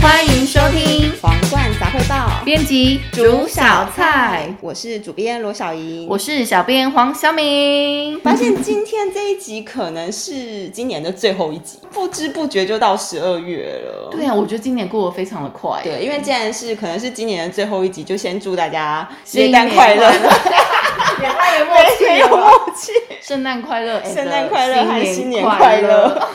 欢迎收听《皇冠杂烩报编辑》，煮小菜，，我是主编罗小怡。我是小编黄小明。发现今天这一集可能是今年的最后一集，不知不觉就到十二月了。对啊，我觉得今年过得非常的快。对，因为既然是可能是今年的最后一集，就先祝大家新元年旦快乐， 也太有默没有默 契。哦圣诞快乐，哎圣诞快乐和新年快快乐，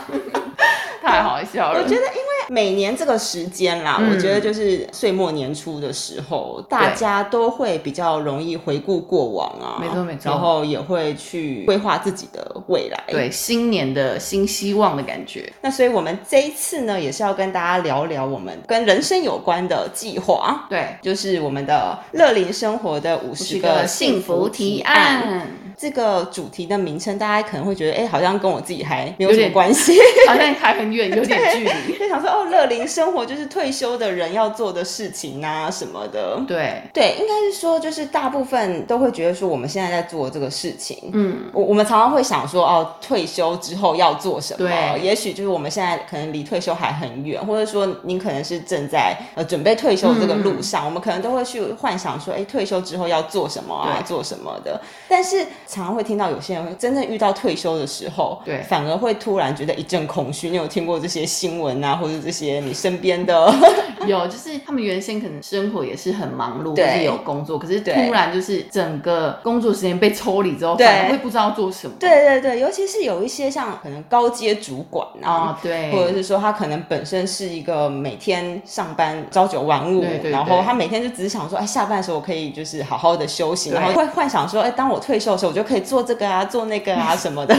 太好笑了。我觉得，因为每年这个时间啦，嗯我觉得就是岁末年初的时候，大家都会比较容易回顾过往啊，没错没错然后也会去规划自己的未来。，对新年的新希望的感觉。那所以我们这一次呢，也是要跟大家聊聊我们跟人生有关的计划。对，就是我们的乐龄生活的五十个幸福提案，，这个主题的名称，大家可能会觉得，哎、好像跟我自己还没有有什么点关系。 好像还很远，有点距离。就想说哦，乐龄生活就是退休的人要做的事情啊什么的。对，对，应该是说，就是大部分都会觉得说，我们现在在做这个事情，嗯，我我们常常会想说，哦，退休之后要做什么？对也许就是我们现在可能离退休还很远，或者说您可能是正在呃准备退休的这个嗯路上，我们可能都会去幻想说，哎，退休之后要做什么啊，对做什么的。但是常常会听到有些人会真正遇到退休的时候，对反而会突然觉得一阵空虚。你有听过这些新闻啊，或者这些你身边的？ 有，就是他们原先可能生活也是很忙碌，或对是有工作，可是突对然就是整个工作时间被抽离之后，对反而会不知道做什么。对对对，尤其是有一些像可能高阶主管啊，哦，对，或者是说他可能本身是一个每天上班朝九晚五，对对对然后他每天就只是想说，哎，下班的时候我可以就是好好的休息，对然后会幻想说，哎，当我退休的时候，我就可以做这 个啊，做那个啊什么的。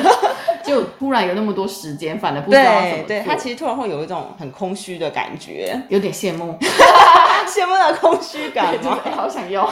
就突然有那么多时间，反而不知道怎对么对，做他其实突然会有一种很空虚的感觉， 有点羡慕，羡慕的空 虚感就是吗？哎好想 要。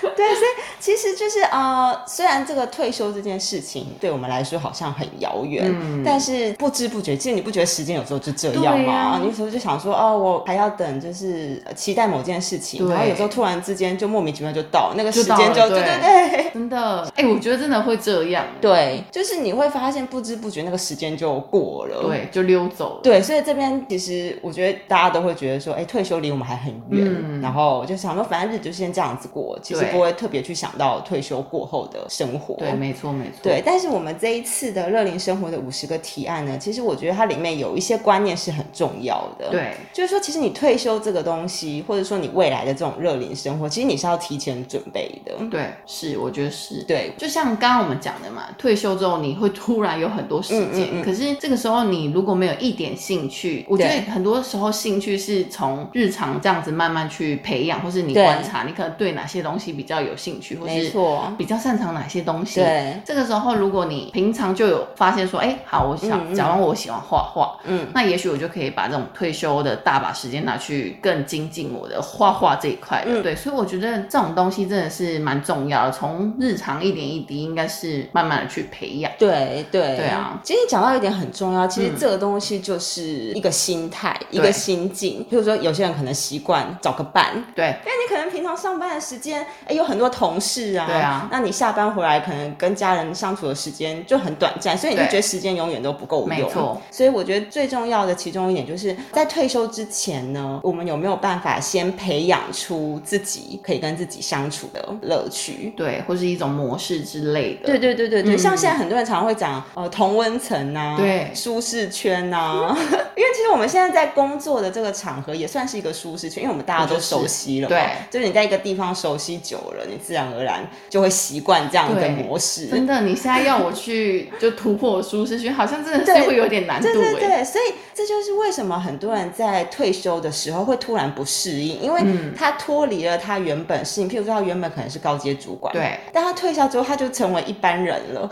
对，所以 其实就是呃，虽然这个退休这件事情对我们来说好像很遥远，嗯但是不知不觉，其实你不觉得时间有时候就这样对吗？啊你有时候就想说，哦，我还要等，就是呃期待某件事情，对然后有时候突然之间就莫名其妙就到那个就时到间就，了对对对对。真的，哎、我觉得真的会这样，对，就是你会发现不知不觉那个时间就过了。对，就溜走了。对，所以这边其实我觉得大家都会觉得说，哎、退休离我们还很远，嗯然后就想说，反正日子就先这样子过，其实对不会特别去想到退休过后的生活。对，没错没错，对，但是我们这一次的乐龄生活的五十个提案呢，其实我觉得它里面有一些观念是很重要的。，对就是说，其实你退休这个东西，或者说你未来的这种乐龄生活，其实你是要提前准备的。对是，我觉得是。对，就像刚刚我们讲的嘛，退休之后你会突然有很多时间，嗯嗯嗯可是这个时候你如果没有一点兴趣，我觉得对很多时候兴趣是从日常这样子慢慢去培养，或是你对观察，你可能对哪些东西比较有兴趣，或没是错，比较擅长哪些东西。对，这个时候，如果你平常就有发现说，哎、好，我想，嗯嗯假如我喜欢画画，嗯，那也许我就可以把这种退休的大把时间拿去更精进我的画画这一块了。嗯对，所以我觉得这种东西真的是蛮重要的，从日常一点一滴，应该是慢慢的去培养。对对对啊！其实你讲到一点很重要，其实嗯这个东西就是一个心态，一对个心境。譬如说，有些人可能习惯找个伴，对，但哎你可能平常上班的时间，哎、有很多同事啊，对啊那你下班回来可能跟家人相处的时间就很短暂，所以你就对觉得时间永远都不够用。没错，所以我觉得最重要的其中一点就是在退休之前呢，我们有没有办法先培养出自己可以跟自己相处的乐趣？对，或是一种模式之类的。对对对对对，嗯像现在很多人常会讲呃同温层呐，对舒适圈呐、 因为其实我们现在在工作的这个场合也算是一个舒适圈，因为我们大家都熟悉了嘛，我觉得就是你在一个地方熟悉久了，你自然而然就会习惯这样的对模式，真的，你现在要我去就突破我舒适圈，好像真的是对会有点难度对对哎、对，所以这就是为什么很多人在退休的时候会突然不适应，因为嗯他脱离了他原本事情，譬如说他原本可能是高阶主管，对，但他退下之后他就成为一般人了，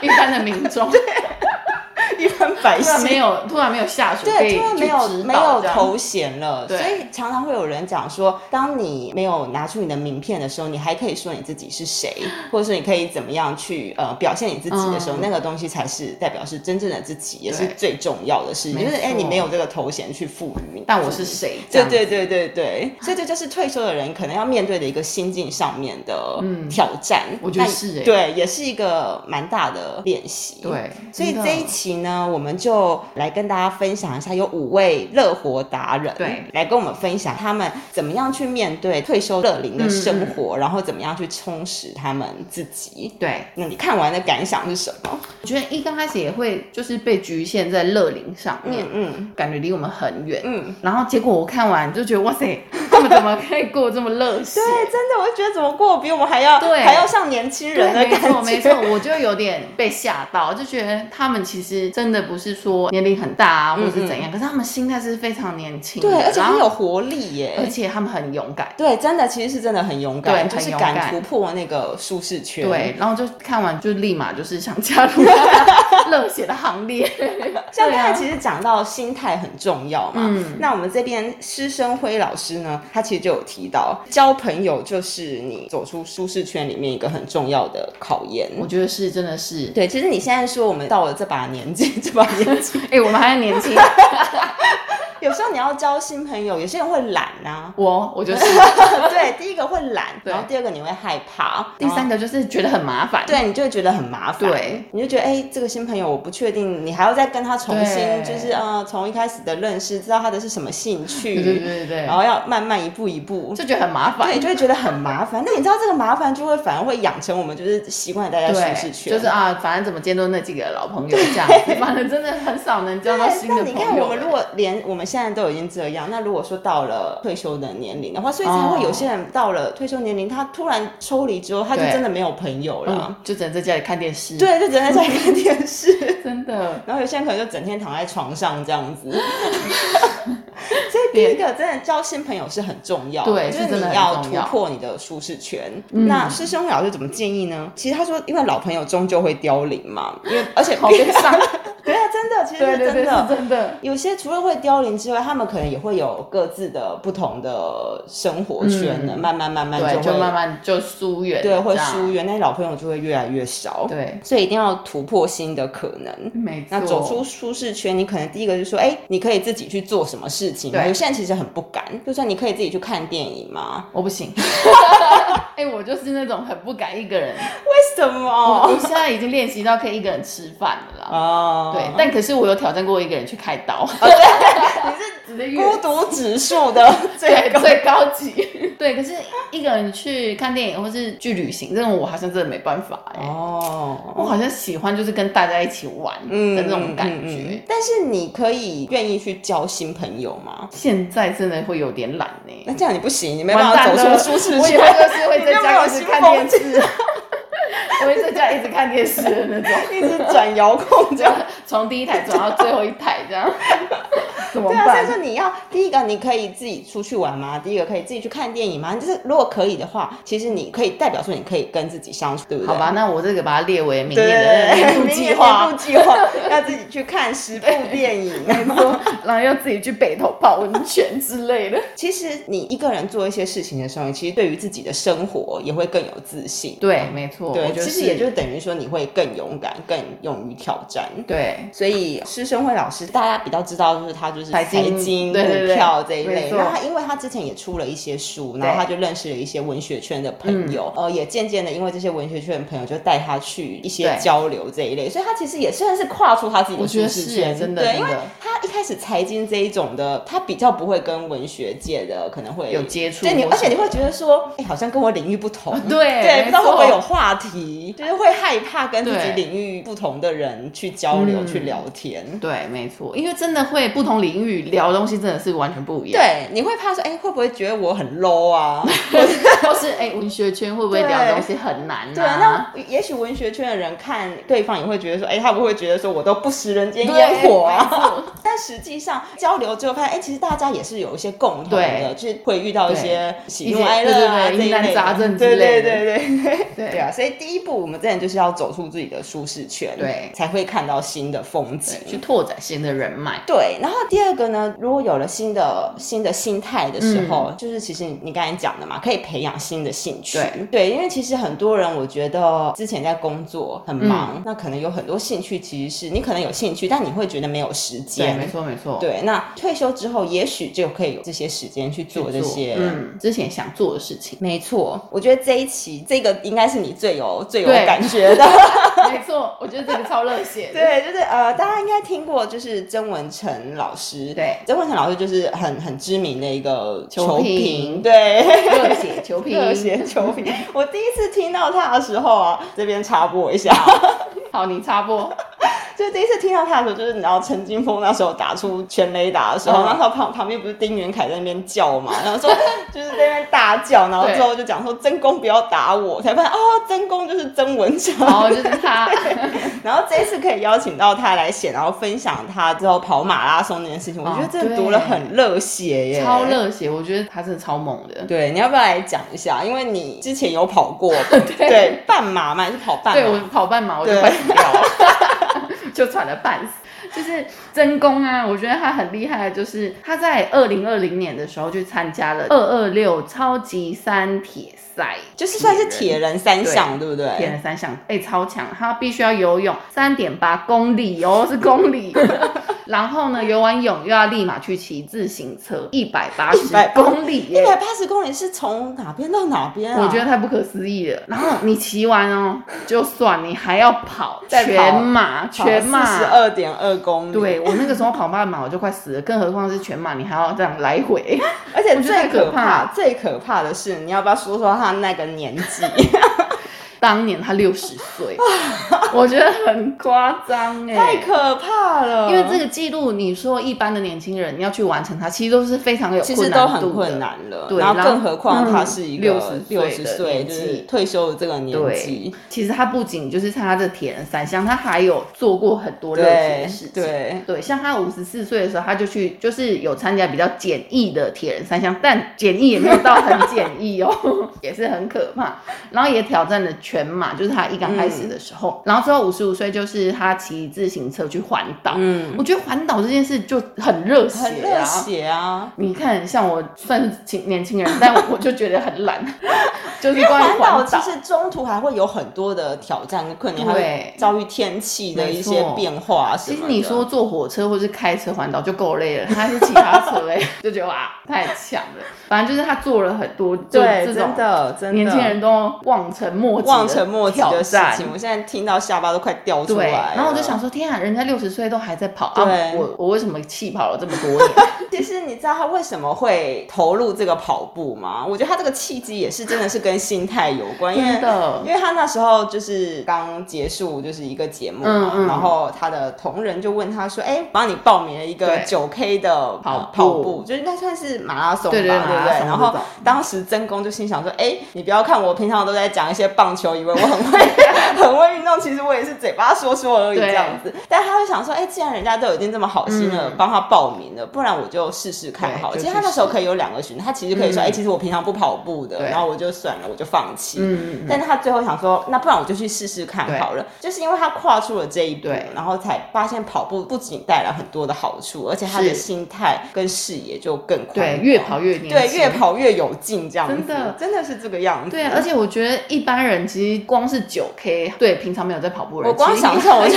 一般的民众， 一般百突然没姓。有突然没有下属可以对，突然没有去指没导有这样头衔了，所对以常常会有人讲说，当你没有拿出你的名片的时候，你还可以说你自己是谁，或者说你可以怎么样去呃表现你自己的时候，嗯那个东西才是代表是真正的自己，也是对最重要的事情。没就是哎，错你没有这个头衔去赋予你，但我是谁？这对样子对对对对，所以这就是退休的人可能要面对的一个心境上面的挑战。嗯我觉得那是欸对，也是一个蛮大的练习。对所以真的这一期呢，我们就来跟大家分享一下，有五位乐活达人，对，来跟我们分享他们怎么样去面对退休乐龄的生活，然后怎么样去充实他们自己。对。那你看完的感想是什么？我觉得一刚开始也会就是被局限在乐龄上面，嗯嗯感觉离我们很远。嗯，然后结果我看完就觉得哇塞， 他们怎么可以过这么热血？对，真的，我就觉得怎么过比我们还要对还要像年轻人的对，没感觉，错没错，我就有点被吓到，就觉得他们其实真的不是说年龄很大啊，或者是怎样，可是他们心态是非常年轻的， 嗯对，而且然很后有活力耶，而且他们很勇敢。对，真的其实是真的很勇敢，对就是很勇敢敢突破那个舒适圈。对，，然后就看完就立马就是想加入 他们热血的行列。像刚才对啊其实讲到心态很重要嘛，嗯那我们这边师生辉老师呢，他其实就有提到，交朋友就是你走出舒适圈里面一个很重要的考验。我觉得是真的是，对，其实你现在说我们到了这把年纪， 这把年 纪，哎、我们还年 轻，。有时候你要交新朋友，有些人会懒啊 我我就是。哦对，第一个会懒，对然后第二个你会害怕，第三个就是觉得很麻烦。对，你就会觉得很麻烦，对，你就觉得哎、这个新朋友我不确定，你还要再跟他重新，对就是呃，从一开始的认识，知道他的是什么兴趣，对对对对对然后要慢慢一步一步，就觉得很麻烦嗯对，。就会觉得很麻烦。那你知道这个麻烦就会反而会养成我们就是习惯待在舒适圈，就是啊，反正怎么见都那几个老朋友这样子，反正真的很少能交到对，新那的你朋友。看，我们如果连我们现在都已经这样，那如果说到了退休的年龄的话，所以才会有些人到了退休年龄，他突然抽离之后，他就对真的没有朋友嗯了。就只能在家里看电视。，对，就只能在家里看电视。真 的然后有些人可能就整天躺在床上这 样子。所以第一个真的交新朋友是很重要的，对就是是真的很你要突重要嗯破你的舒适圈。那师兄老师怎么建议呢？其实他说，因为老朋友终究会凋零嘛， 因为而且好 悲伤。对啊，真的，其实对是对真对，的是。真的。有些除了会凋零之外，他们可能也会有各自的不同的生活圈的，慢慢慢慢嗯对，就就会慢慢就疏远了，对会这样疏。远，那些老朋友就会越来越少。，对，所以一定要突破新的可能。没错。那走出舒适圈，你可能第一个就是说，哎、你可以自己去做什么事情嘛。对有些人其实很不敢，就算你可以自己去看电影嘛，我不 行。哎、我就是那种很不敢一个人。为什我么？我现在已经练习到可以一个人吃饭了啦。 哦，对，但可是我有挑战过一个人去开刀， 你是直接孤独指数的 最对高。最高 级。对，可是一个人去看电影或是去旅行，这种我好像真的没办法哎、 哦，我好像喜欢就是跟大家一起玩的那种感觉。嗯嗯嗯但是你可以愿意去交新朋友吗？现在真的会有点懒呢、那这样你不行，你没办完法蛋走了出舒适我以圈后。就是会你在就没有家一直新看风电景视， 我会在家一直看电视的那种， 一直转遥控这样，从第一台转到最后一台这 样，怎么对啊，所办？以说你要第一个，你可以自己出去玩吗？第一个可以自己去看电影吗？就是如果可以的话，其实你可以代表说你可以跟自己相处，对不对？好吧，那我这个把它列为明对年的对对，年度计划年度，计划 要自己去看十部电影。 然后又自己去北头泡温泉之类的。其实你一个人做一些事情的时候，你其实对于自己的生活也会更有自信。对，没错，对，我觉得其是实也就等于说你会更勇敢，更勇于挑战。对。所以师生会老师大家比较知道，就是他就是财经经、对对股对票这一类。没错然后他因为他之前也出了一些书，然后对嗯他就认识了一些文学圈的朋友，呃，也渐渐的因为这些文学圈的朋友就带他去一些对交流这一类，所以他其实也算是跨出他自己的我觉舒得适是圈，真的对，真因为的他一开始财经这一种的，他比较不会跟文学界的可能会有接触对你，或而且什你么会觉得说，哎，好像跟我领域不同， 对对，没不知道会不会错有话题，就是会害怕跟自己对领域不同的人去交流、嗯去聊天。对，没错，因为真的会不同领域聊的东西真的是完全不一样。对，你会怕说，哎、会不会觉得我很 low 啊？ 或是哎、文学圈会不会聊的东西很难、啊？对，那也许文学圈的人看对方也会觉得说，哎、他不会觉得说我都不食人间对烟火啊？没错但但实际上交流之后发现，哎、其实大家也是有一些共同的，对就是会遇到一些喜一怒些哀乐啊对对对疑这一类难的杂症之类的对对对对对 对对啊！所以第一步，我们真的就是要走出自己的舒适圈，对才会看到新的风景对，。去拓展新的人脉。对，然后第二个呢，如果有了新的新的心态的时候，嗯就是其实你你刚才讲的嘛，可以培养新的兴趣。对因为其实很多人我觉得之前在工作很嗯忙，那可能有很多兴趣，其实是你可能有兴趣，但你会觉得没有时对，没间。错没错。对，那退休之后，也许就可以有这些时间去去做这些。。嗯之前想做的事情 没错，我觉得这一期这个应该是你最有最有对感觉的。没错，我觉得这个超热血的。对，就是呃，大家应该听过，就是曾文成老师。对曾文成老师就是很很知名的一个球球评评，对，热血球评，热血球评。我第一次听到他的时候啊，这边插播一下， 好，你插播。就是第一次听到他的时候，就是你知道陈金峰那时候打出全垒打的时候，嗯那时候旁旁边不是丁元凯在那边叫嘛，然后说 就是在那边大叫，然后之后就讲说曾公不要打我，才发现哦，曾公就是曾文成。然后就是他，然后这一次可以邀请到他来写，然后分享他之后跑马拉松那件事情，我觉得哦真对的读了很热血 耶，超。热血，我觉得他真的超猛的。对，你要不要来讲一下？因为你之前有跑 过，对半马嘛，还是跑半对我马？跑半马我就对快死掉了，就喘了半死。就是真功啊，我觉得他很厉害，就是他在二零二零年的时候去参加了二二六超级三铁赛， 就是算是铁人三项，对不铁对？人三项，哎、超强！他必须要游泳三点八公里哦，是公里。 然后呢，游完泳又要立马去骑自行车，一百八十180公里耶一！百八十公里是从哪边到哪边啊？我觉得太不可思议了。然后你骑完哦，就算你还要跑全马，全四十马。二点二公里，对，我那个时候跑半马我就快死了，更何况是全马，你还要这样来回。 而且我觉得最太可可怕怕、最可怕的是，你要不要说说他那个年纪？ 当年他六十 岁，我觉得很夸张哎，太可怕了，因为这个记录，你说一般的年轻人要去完成它，其实都是非常有其困实难度都很的困。难了，对然后然后更何况他是一个嗯六60十岁的岁，年就纪是退休的这个年纪对，，其实他不仅就是参加这铁人三项，他还有做过很多热血对的事情。对对，像他五十四岁的时候，他就去就是有参加比较简易的铁人三项，但简易也没有到很简易哦， 也是很可怕。然后也挑战了全马，就是他一刚开始的时候。嗯然后之后五十五岁就是他骑自行车去环岛。嗯，我觉得环岛这件事就很热血、啊，很热血啊。你看，像我算是青年轻人，但我就觉得很懒， 就是关于环岛环其岛。实中途还会有很多的挑战跟困难，还对会遭遇天气的一些没错变化什其么的。实你说坐火车或是开车环岛就够累了， 他是骑他车哎、就觉得哇太强了。反正就是他做了很多，就对，这种真的真的年轻人都望尘莫及的望尘莫及挑的事战情，。我现在听到下巴都快掉出对，来。然后我就想。说，天啊，人家六十岁都还在跑啊对！我我为什么弃跑了这么多年？ 其实你知道他为什么会投入这个跑步吗？我觉得他这个契机也是真的是跟心态有关，因为真的因为他那时候就是刚结束就是一个节目嘛，嗯嗯然后他的同仁就问他说：“哎、帮你报名了一个对九 K 的跑跑步跑步，就是应该算是马拉松吧，对对对马拉不对？”松然这后种当时真公就心想说：“哎、你不要看我平常都在讲一些棒球以为我很会 很会运动，其实我也是嘴巴说说而已对这样子。”但他就想说：“哎、既然人家都已经这么好心了，帮、他报名了，不然我就试试看嗯对好了。”就其实他去那时候试可以有两个选择，他其实可以说：“嗯哎、其实我平常不跑步的，对然后我就算了，我就放弃。”嗯，但是他最后想说，那不然我就去试试看对好了。就是因为他跨出了这一步对，然后才发现跑步不仅带来很多的好处，而且他的是心态跟视野就更宽对，广越跑越年轻，对越跑越有劲，这样子真的真的是这个样子。对，啊而且我觉得一般人其实光是九 K，对平常没有在跑步的人，我光其实想象我就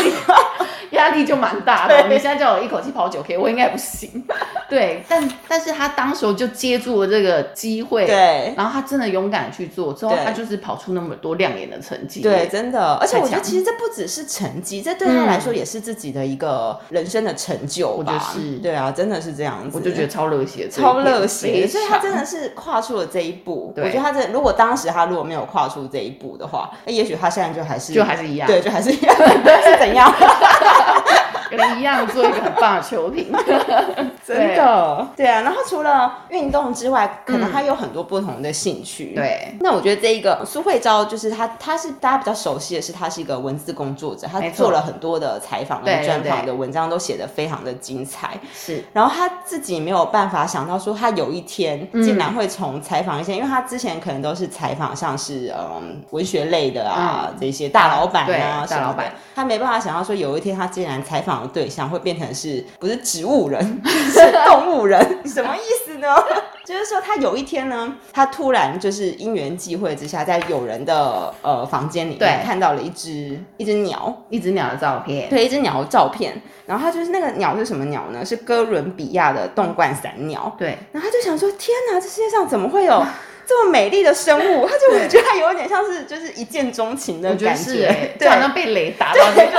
压力就蛮大的。对你现在叫我一口气跑九 K，我应该不行。 对，但但是他当时候就接住了这个机会，，对。然后他真的勇敢去做，之后对他就是跑出那么多亮眼的成绩。对，，真的，而且太我觉得强其实这不只是成绩，这对嗯他来说也是自己的一个人生的成就我觉吧。得是对啊，真的是这样子。我就觉得超热血，超热血的，所所以以他真的是跨出了这一步。我对觉得他这如果当时他如果没有跨出这一步的话，那也许他现在就还是 就还是一样对，就还是一样，是怎样？跟你一样做一个很棒的球评。 真的，对啊。然后除了运动之外，可能他有很多不同的兴趣。嗯对，那我觉得这一个苏慧昭，就是他，他是大家比较熟悉的是，他是一个文字工作者，他没错做了很多的采访对跟对专访对的文章，都写得非常的精彩。是然后他自己没有办法想到说，他有一天竟然会从采访一些，因为他之前可能都是采访像是嗯文学类的啊，这些大老板啊，嗯对大老板什么的，他没办法想到说有一天他竟然采访的对象会变成是不是植 物人，是动物人，什么意思呢？ 就是说，他有一天呢，他突然就是因缘际会之下，在友人的呃房间里面对看到了一只一只鸟，一只鸟的照片，对，一只鸟的照片，然后他就是那个鸟是什么鸟呢？是哥伦比亚的冻冠伞鸟。对，然后他就想说：天哪，这世界上怎么会有这么美丽的生物？他就我觉得他有点像是就是一见钟情的我觉得感是哎，就对哦好像被雷打到那种，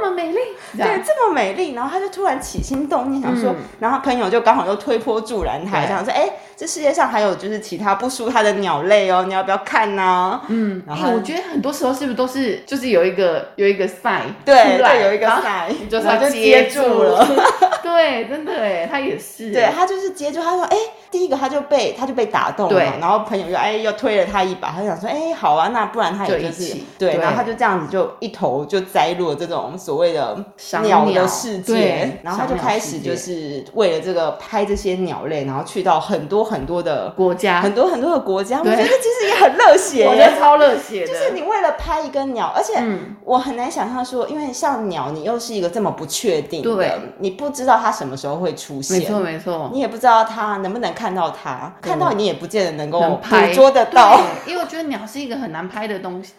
这么美丽， 这样对，这么美丽，然后他就突然起心动念，想说，嗯然后朋友就刚好又推波助澜他，对想说，哎、这世界上还有就是其他不输它的鸟类哦，你要不要看呢、嗯，然哎、后、我觉得很多时候是不是都是就是有一个有一个赛对出来对，有一个然后 sign，就是然要后就接接住住了了。， 对，真的哎，他也是对哎他就是接住，他说：“哎、第一个他就被他就被打动了对，然后朋友就哎又推了他一把，他想说：哎、好啊，那不然他也就一是起对，对然后他就这样子就一头就栽入了这种所谓的赏鸟鸟的世界对，然后他就赏鸟开世始界就是为了这个拍这些鸟类，然后去到很多很多的国家，很多很多的国家，我觉对得其实也很热血我觉耶得。超热血的，就是你为了拍一个鸟，而且嗯我很难想象说，因为像鸟，你又是一个这么不确定的对，你不知道它什么时候会出现，没错没错，你也不知道它能不能看到它，对看到你也不见得能够能捕拍捉得到。对因为我觉得鸟是一个很难拍的 东西，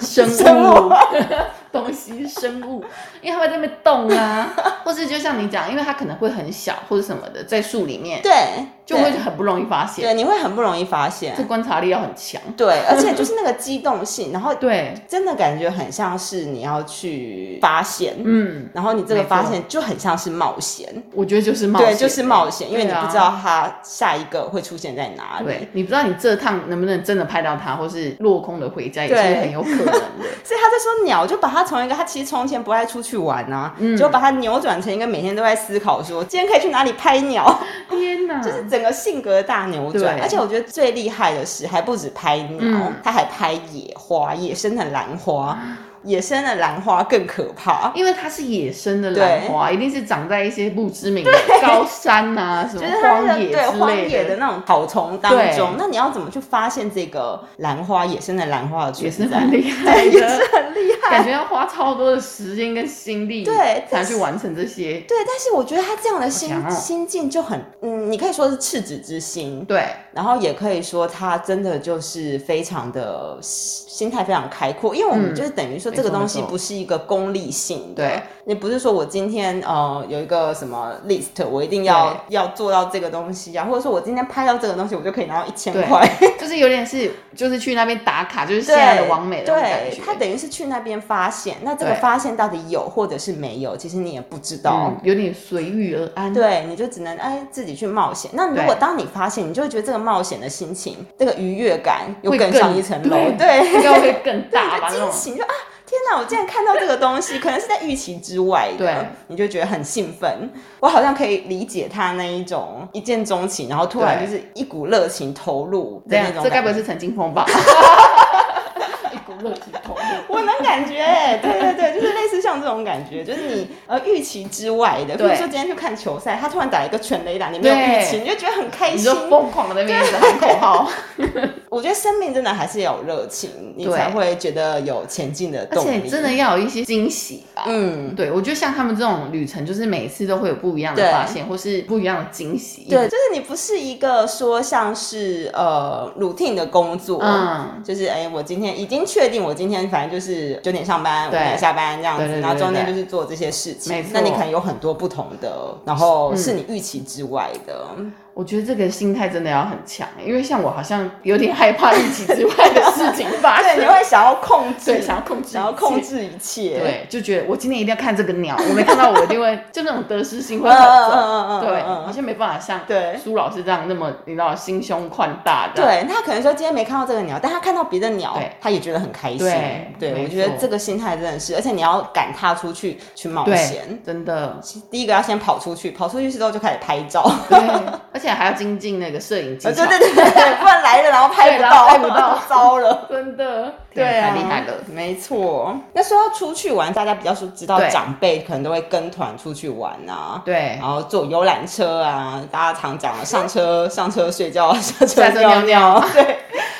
生物生物 东西生物，因为它会在那边动啊，或是就像你讲，因为它可能会很小或者什么的，在树里面对，就会对很不容易发现，对，你会很不容易发这现。观察力要很强，对，而且就是那个机动性，然后对，真的感觉很像是你要去发现，嗯。然后你这个没错发现就很像是冒险。我觉得就是冒险，对，就是冒险，因为你对啊不知道它下一个会出现在哪里对，，你不知道你这趟能不能真的拍到它，或是落空的回家也是对很有可能的。 所以他在说鸟，就把它从一个他其实从前不爱出去玩呐、啊，嗯就把它扭转成一个每天都在思考说今天可以去哪里拍鸟，天哪，就是整个性格大扭转。对而且我觉得最厉害的是，还不止拍鸟，嗯他还拍野花，野生的兰花，野生的兰花更可怕。因为它是野生的兰花，一定是长在一一些不知名的高山啊、什就么是它那荒个野对荒之野类的的，那种草丛当对中，那你要怎么去发现这个兰花野生的兰花的也存是在很？厉害也是的，很厉害，感觉要花超多的时间跟心力，对才去完成这些。对，但是我觉得他这样的心、好强哦心境就很，嗯，你可以说是赤子之心，对，然后也可以说他真的就是非常的心态非常开阔，因为我们嗯就是等于说没这个错东没西错不是一个功利性的，对，你不是说我今天呃有一个什么 list，我一定要要做到这个东西啊，或者说我今天拍到这个东西，我就可以拿到一千对块，就是有点是，就是去那边打卡，就是现在的完美的那种感对觉，。他等于是去那边发现，那这个对发现到底有或者是没有，其实你也不知道，嗯，有点随遇而安。对，你就只能哎自己去冒险。那如果对当你发现，你就会觉得这个冒险的心情，这个愉悦感又会更上一层楼，对对，应该会更大 吧？那惊种喜就啊。天哪！我竟然看到这个东西，可能是在预期之外的，对，你就觉得很兴奋。我好像可以理解他那一种一见钟情，然后突然对就是一股热情投入这的那样种，感觉。这该不会是曾经 风暴？一股热气头。我能感觉、欸，对对对，就是类似像这种感觉，就是你呃预期之外的，比如对说今天去看球赛，他突然打一个全垒打，你没有对预期，你就觉得很开 你心就。疯狂的在那边一直喊口号，我觉得生命真的还是要有热情，你对才会觉得有前进的而动 且力。真的，要有一些惊喜吧。嗯，对，我觉得像他们这种旅程，就是每一次都会有不一样的对发现，或是不一样的惊喜。对，，就是你不是一个说像是呃 routine 的工作，嗯，就是哎、我今天已经确定，我今天反正就是九点上班，五对点下班这样子，对对对然后中间对就是做这些事情没。错嗯哦 那你可能有很多不同的，然后是你预期之外的。我我觉得这个心态真的要很强，因为像我好像有点害怕预期之外的事情发 对，生，你会想要控制，对想要控制，想要控。制一切，对，就觉得我今天一定要看这个鸟，我没看到我一定会就那种得失心会嗯，很嗯重，嗯嗯嗯，对，嗯好像没办法像对苏老师这样那么你知道心胸宽大的，对，他可能说今天没看到这个鸟，但他看到别的鸟对，他也觉得很开心。对没我觉得错这个心态真的是，而且你要敢踏出去去冒险对，。真 的，第一个要先跑出去，跑出去之后就开始拍照，对，而且还要精进那个摄影技对巧，对对，不然来了然后拍不对然后到，拍不到 糟了。真的，对天啊，太厉害了，没错。那说到出去玩，大家比较说知道对长辈可能都会跟团出去玩啊，对然，后坐游览车啊，大家常讲的上 车上车睡觉，下车下车尿尿尿， 对，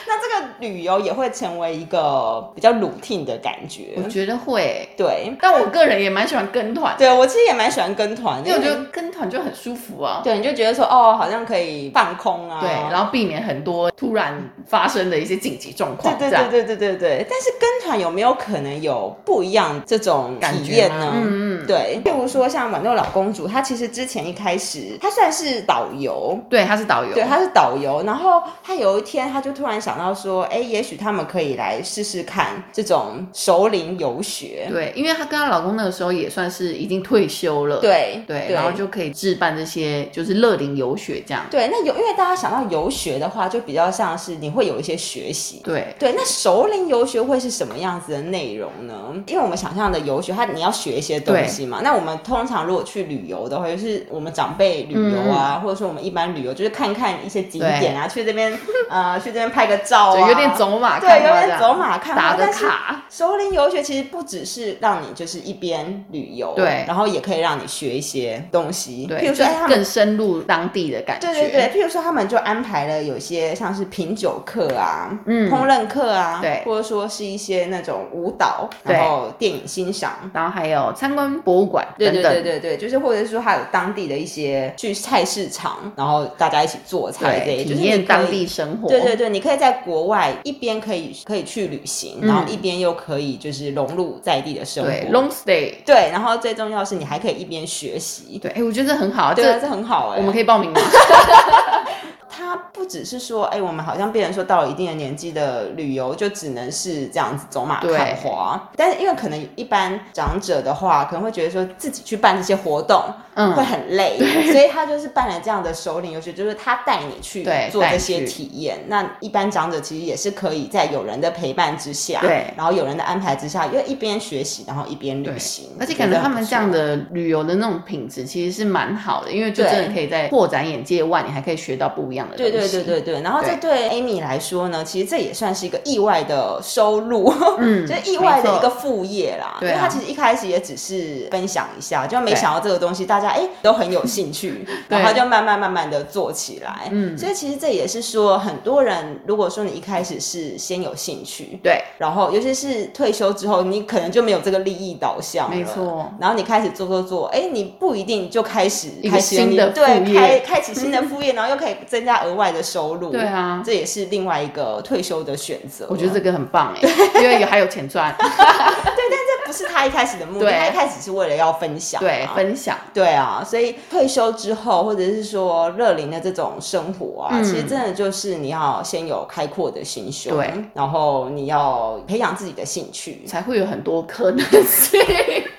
那这个旅游也会成为一个比较 routine 的感觉我。觉得会，对，但我个人也蛮喜欢跟团，对我其实也蛮喜欢跟团，因为我觉得跟团就很舒服啊。对，你就觉得说哦，好像可以放空啊，对，然后避免很多突然发生的一些紧急状况，对这对样对对对对，但是跟团有没有可能有不一样这种感体觉验啊吗呢？嗯嗯，对，譬如说像豌豆老公主，她其实之前一开始她算是导游，对，他是导游，对，她是导游。然后她有一天，她就突然想到说，哎，也许他们可以来试试看这种熟龄游学。对，因为她跟她老公那个时候也算是已经退休了，对对，对然后就可以置办这些就是乐龄游学这样，对，那游，因为大家想到游学的话，就比较像是你会有一些学习。对，对，那熟龄游学会是什么样子的内容呢？因为我们想象的游学，它你要学一些东西嘛。那我们通常如果去旅游的话，就是我们长辈旅游嗯啊，或者说我们一般旅游，就是看看一些景点啊，去这边呃去这边拍个照就啊，有点走马对，看有花这点样走马看花打个但是卡，熟龄游学其实不只是让你就是一边旅游，对然后也可以让你学一些东西，对，譬如就说是哎他们更深入当地的感觉，对对对，譬如说他们就安排了有些像是品酒课啊，嗯，烹饪课啊，对或者说是一些那种舞蹈，对然后电影欣赏。然后还有参观博物馆对等对等，对对对，就是或者是说还有当地的一些去菜市场，然后大家一起做菜这对些，就是体你可以验当地生活，对对对，你可以在国外一边可以可以去旅行，然后一边又可以就是融入在地的生活。嗯对，long stay，对，然后最重要的是你还可以一边学习。对，哎，我觉得这很好，对啊，这这很好哎、我们可以报名 吗？它不只是说，哎、我们好像变成说到了一定的年纪的旅游，就只能是这样子走马看花。但是因为可能一般长者的话，可能会觉得说自己去办这些活动、嗯会很累，所以他就是办了这样的首领游学，就是他带你去对做带这你些去体验。那一般长者其实也是可以在有人的陪伴之下，对然后有人的安排之下，又一边学习，然后一边旅行。而且我觉感得觉他很们不这样错。的旅游的那种品质其实是蛮好的，因为就对真的可以在拓展眼界外，你还可以学到不一样的东对西。对对对对，然后这对 Amy 来说呢，其实这也算是一个意外的收入，嗯 就是意外的一没个错副业啦。对啊因为他其实一开始也只是分享一下，就没想到这个东西大家哎、都很有兴 趣，对然后就慢慢慢慢的做起来。嗯，嗯所以其实这也是说，很多人如果说你一开始是先有兴趣。对然后，尤其是退休之后，你可能就没有这个利益导向了没错。然后你开始做做做，哎，你不一定就开始一个开启了新你的副对，业开开启新的副业，然后又可以增加额外的收入。对啊这也是另外一个退休的选择。我觉得这个很棒哎，因为有还有钱 赚，不是他一开始的目的，对他一开始是为了要分享、对，啊。分享对啊，所以退休之后，或者是说乐龄的这种生活啊，嗯其实真的就是你要先有开阔的心胸，对，然后你要培养自己的兴趣。才会有很多可能 性。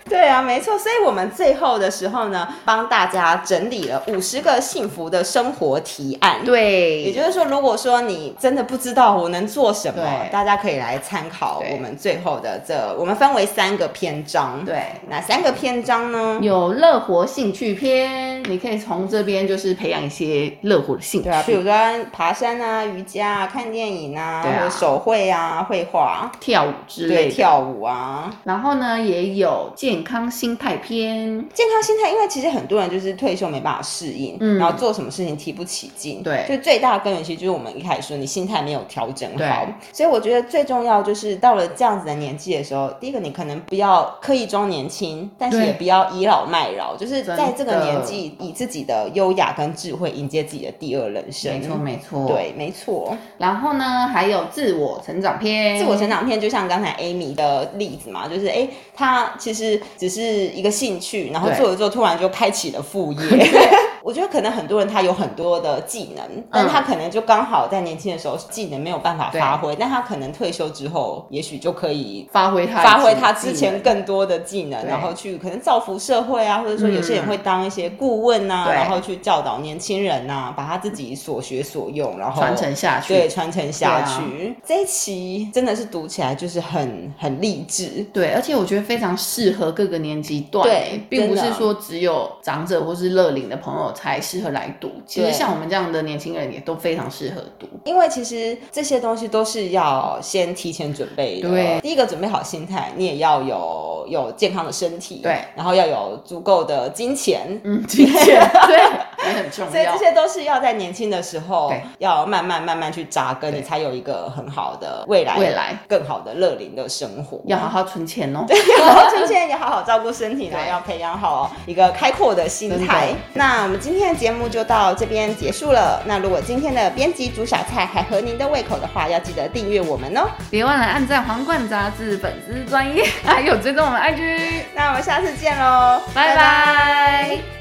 对啊，没错。所以我们最后的时候呢，帮大家整理了五十个幸福的生活提案。也对，就是说，如果说你真的不知道我能做什么，对大家可以来参考对我们最后的这，我们分为三个篇章。，对。哪三个篇章呢？有乐活兴趣篇，你可以从这边就是培养一些乐活的兴趣。对啊，比如说爬山啊、瑜伽啊、看电影啊，对啊或者手绘啊、绘画、跳舞之类对，的，跳舞啊。然后呢，也有健康心态篇，健康心态，因为其实很多人就是退休没办法适应，嗯然后做什么事情提不起劲，对就最大的根源其实就是我们一开始说你心态没有调整好对，所以我觉得最重要就是到了这样子的年纪的时候，第一个你可能不要刻意装年轻，但是对也不要倚老卖老，就是真在这个的年纪以自己的优雅跟智慧迎接自己的第二人生，没错没错。，对，没错。然后呢，还有自我成长篇，自我成长片就像刚才 Amy 的例子嘛，就是哎、诶她其实只是一个兴趣，然后对 做着做着突然就开启了副业。我觉得可能很多人他有很多的技能，但嗯他可能就刚好在年轻的时候技能没有办法发挥，但他可能退休之后，也许就可以发挥他发挥的他技之前能更多的技能，对嗯然后去可能造福社会啊，或者说有些人会当一些顾问啊，对然后去教导年轻人呐、把他自己所学所用，然后传承下去。哦对传承下对啊去。这一期真的是读起来就是很很励志，对，而且我觉得非常适合各个年级段对欸，并不真是的说只有长者或是乐龄的朋友才适合来读。其实对像我们这样的年轻人也都非常适合读。因为其实这些东西都是要先提前准备的。对，第一个准备好心态，你也要有有健康的身体，对，然后要有足够的金钱。嗯，金钱 对也很重所以要这。些都是要在年轻的时候对，要慢慢慢慢去扎根，对你才有一个很好的未来，未来更好的乐龄的生活。要好好存钱哦。 然后趁现在也好好照顾身体呢，对要培养好一个开阔的心态真的。那我们今天的节目就到这边结束了。那如果今天的编辑煮小菜还合您的胃口的话，要记得订阅我们哦。别忘了按赞皇冠杂志粉丝专业，还有追踪我们 IG。那我们下次见喽，拜拜。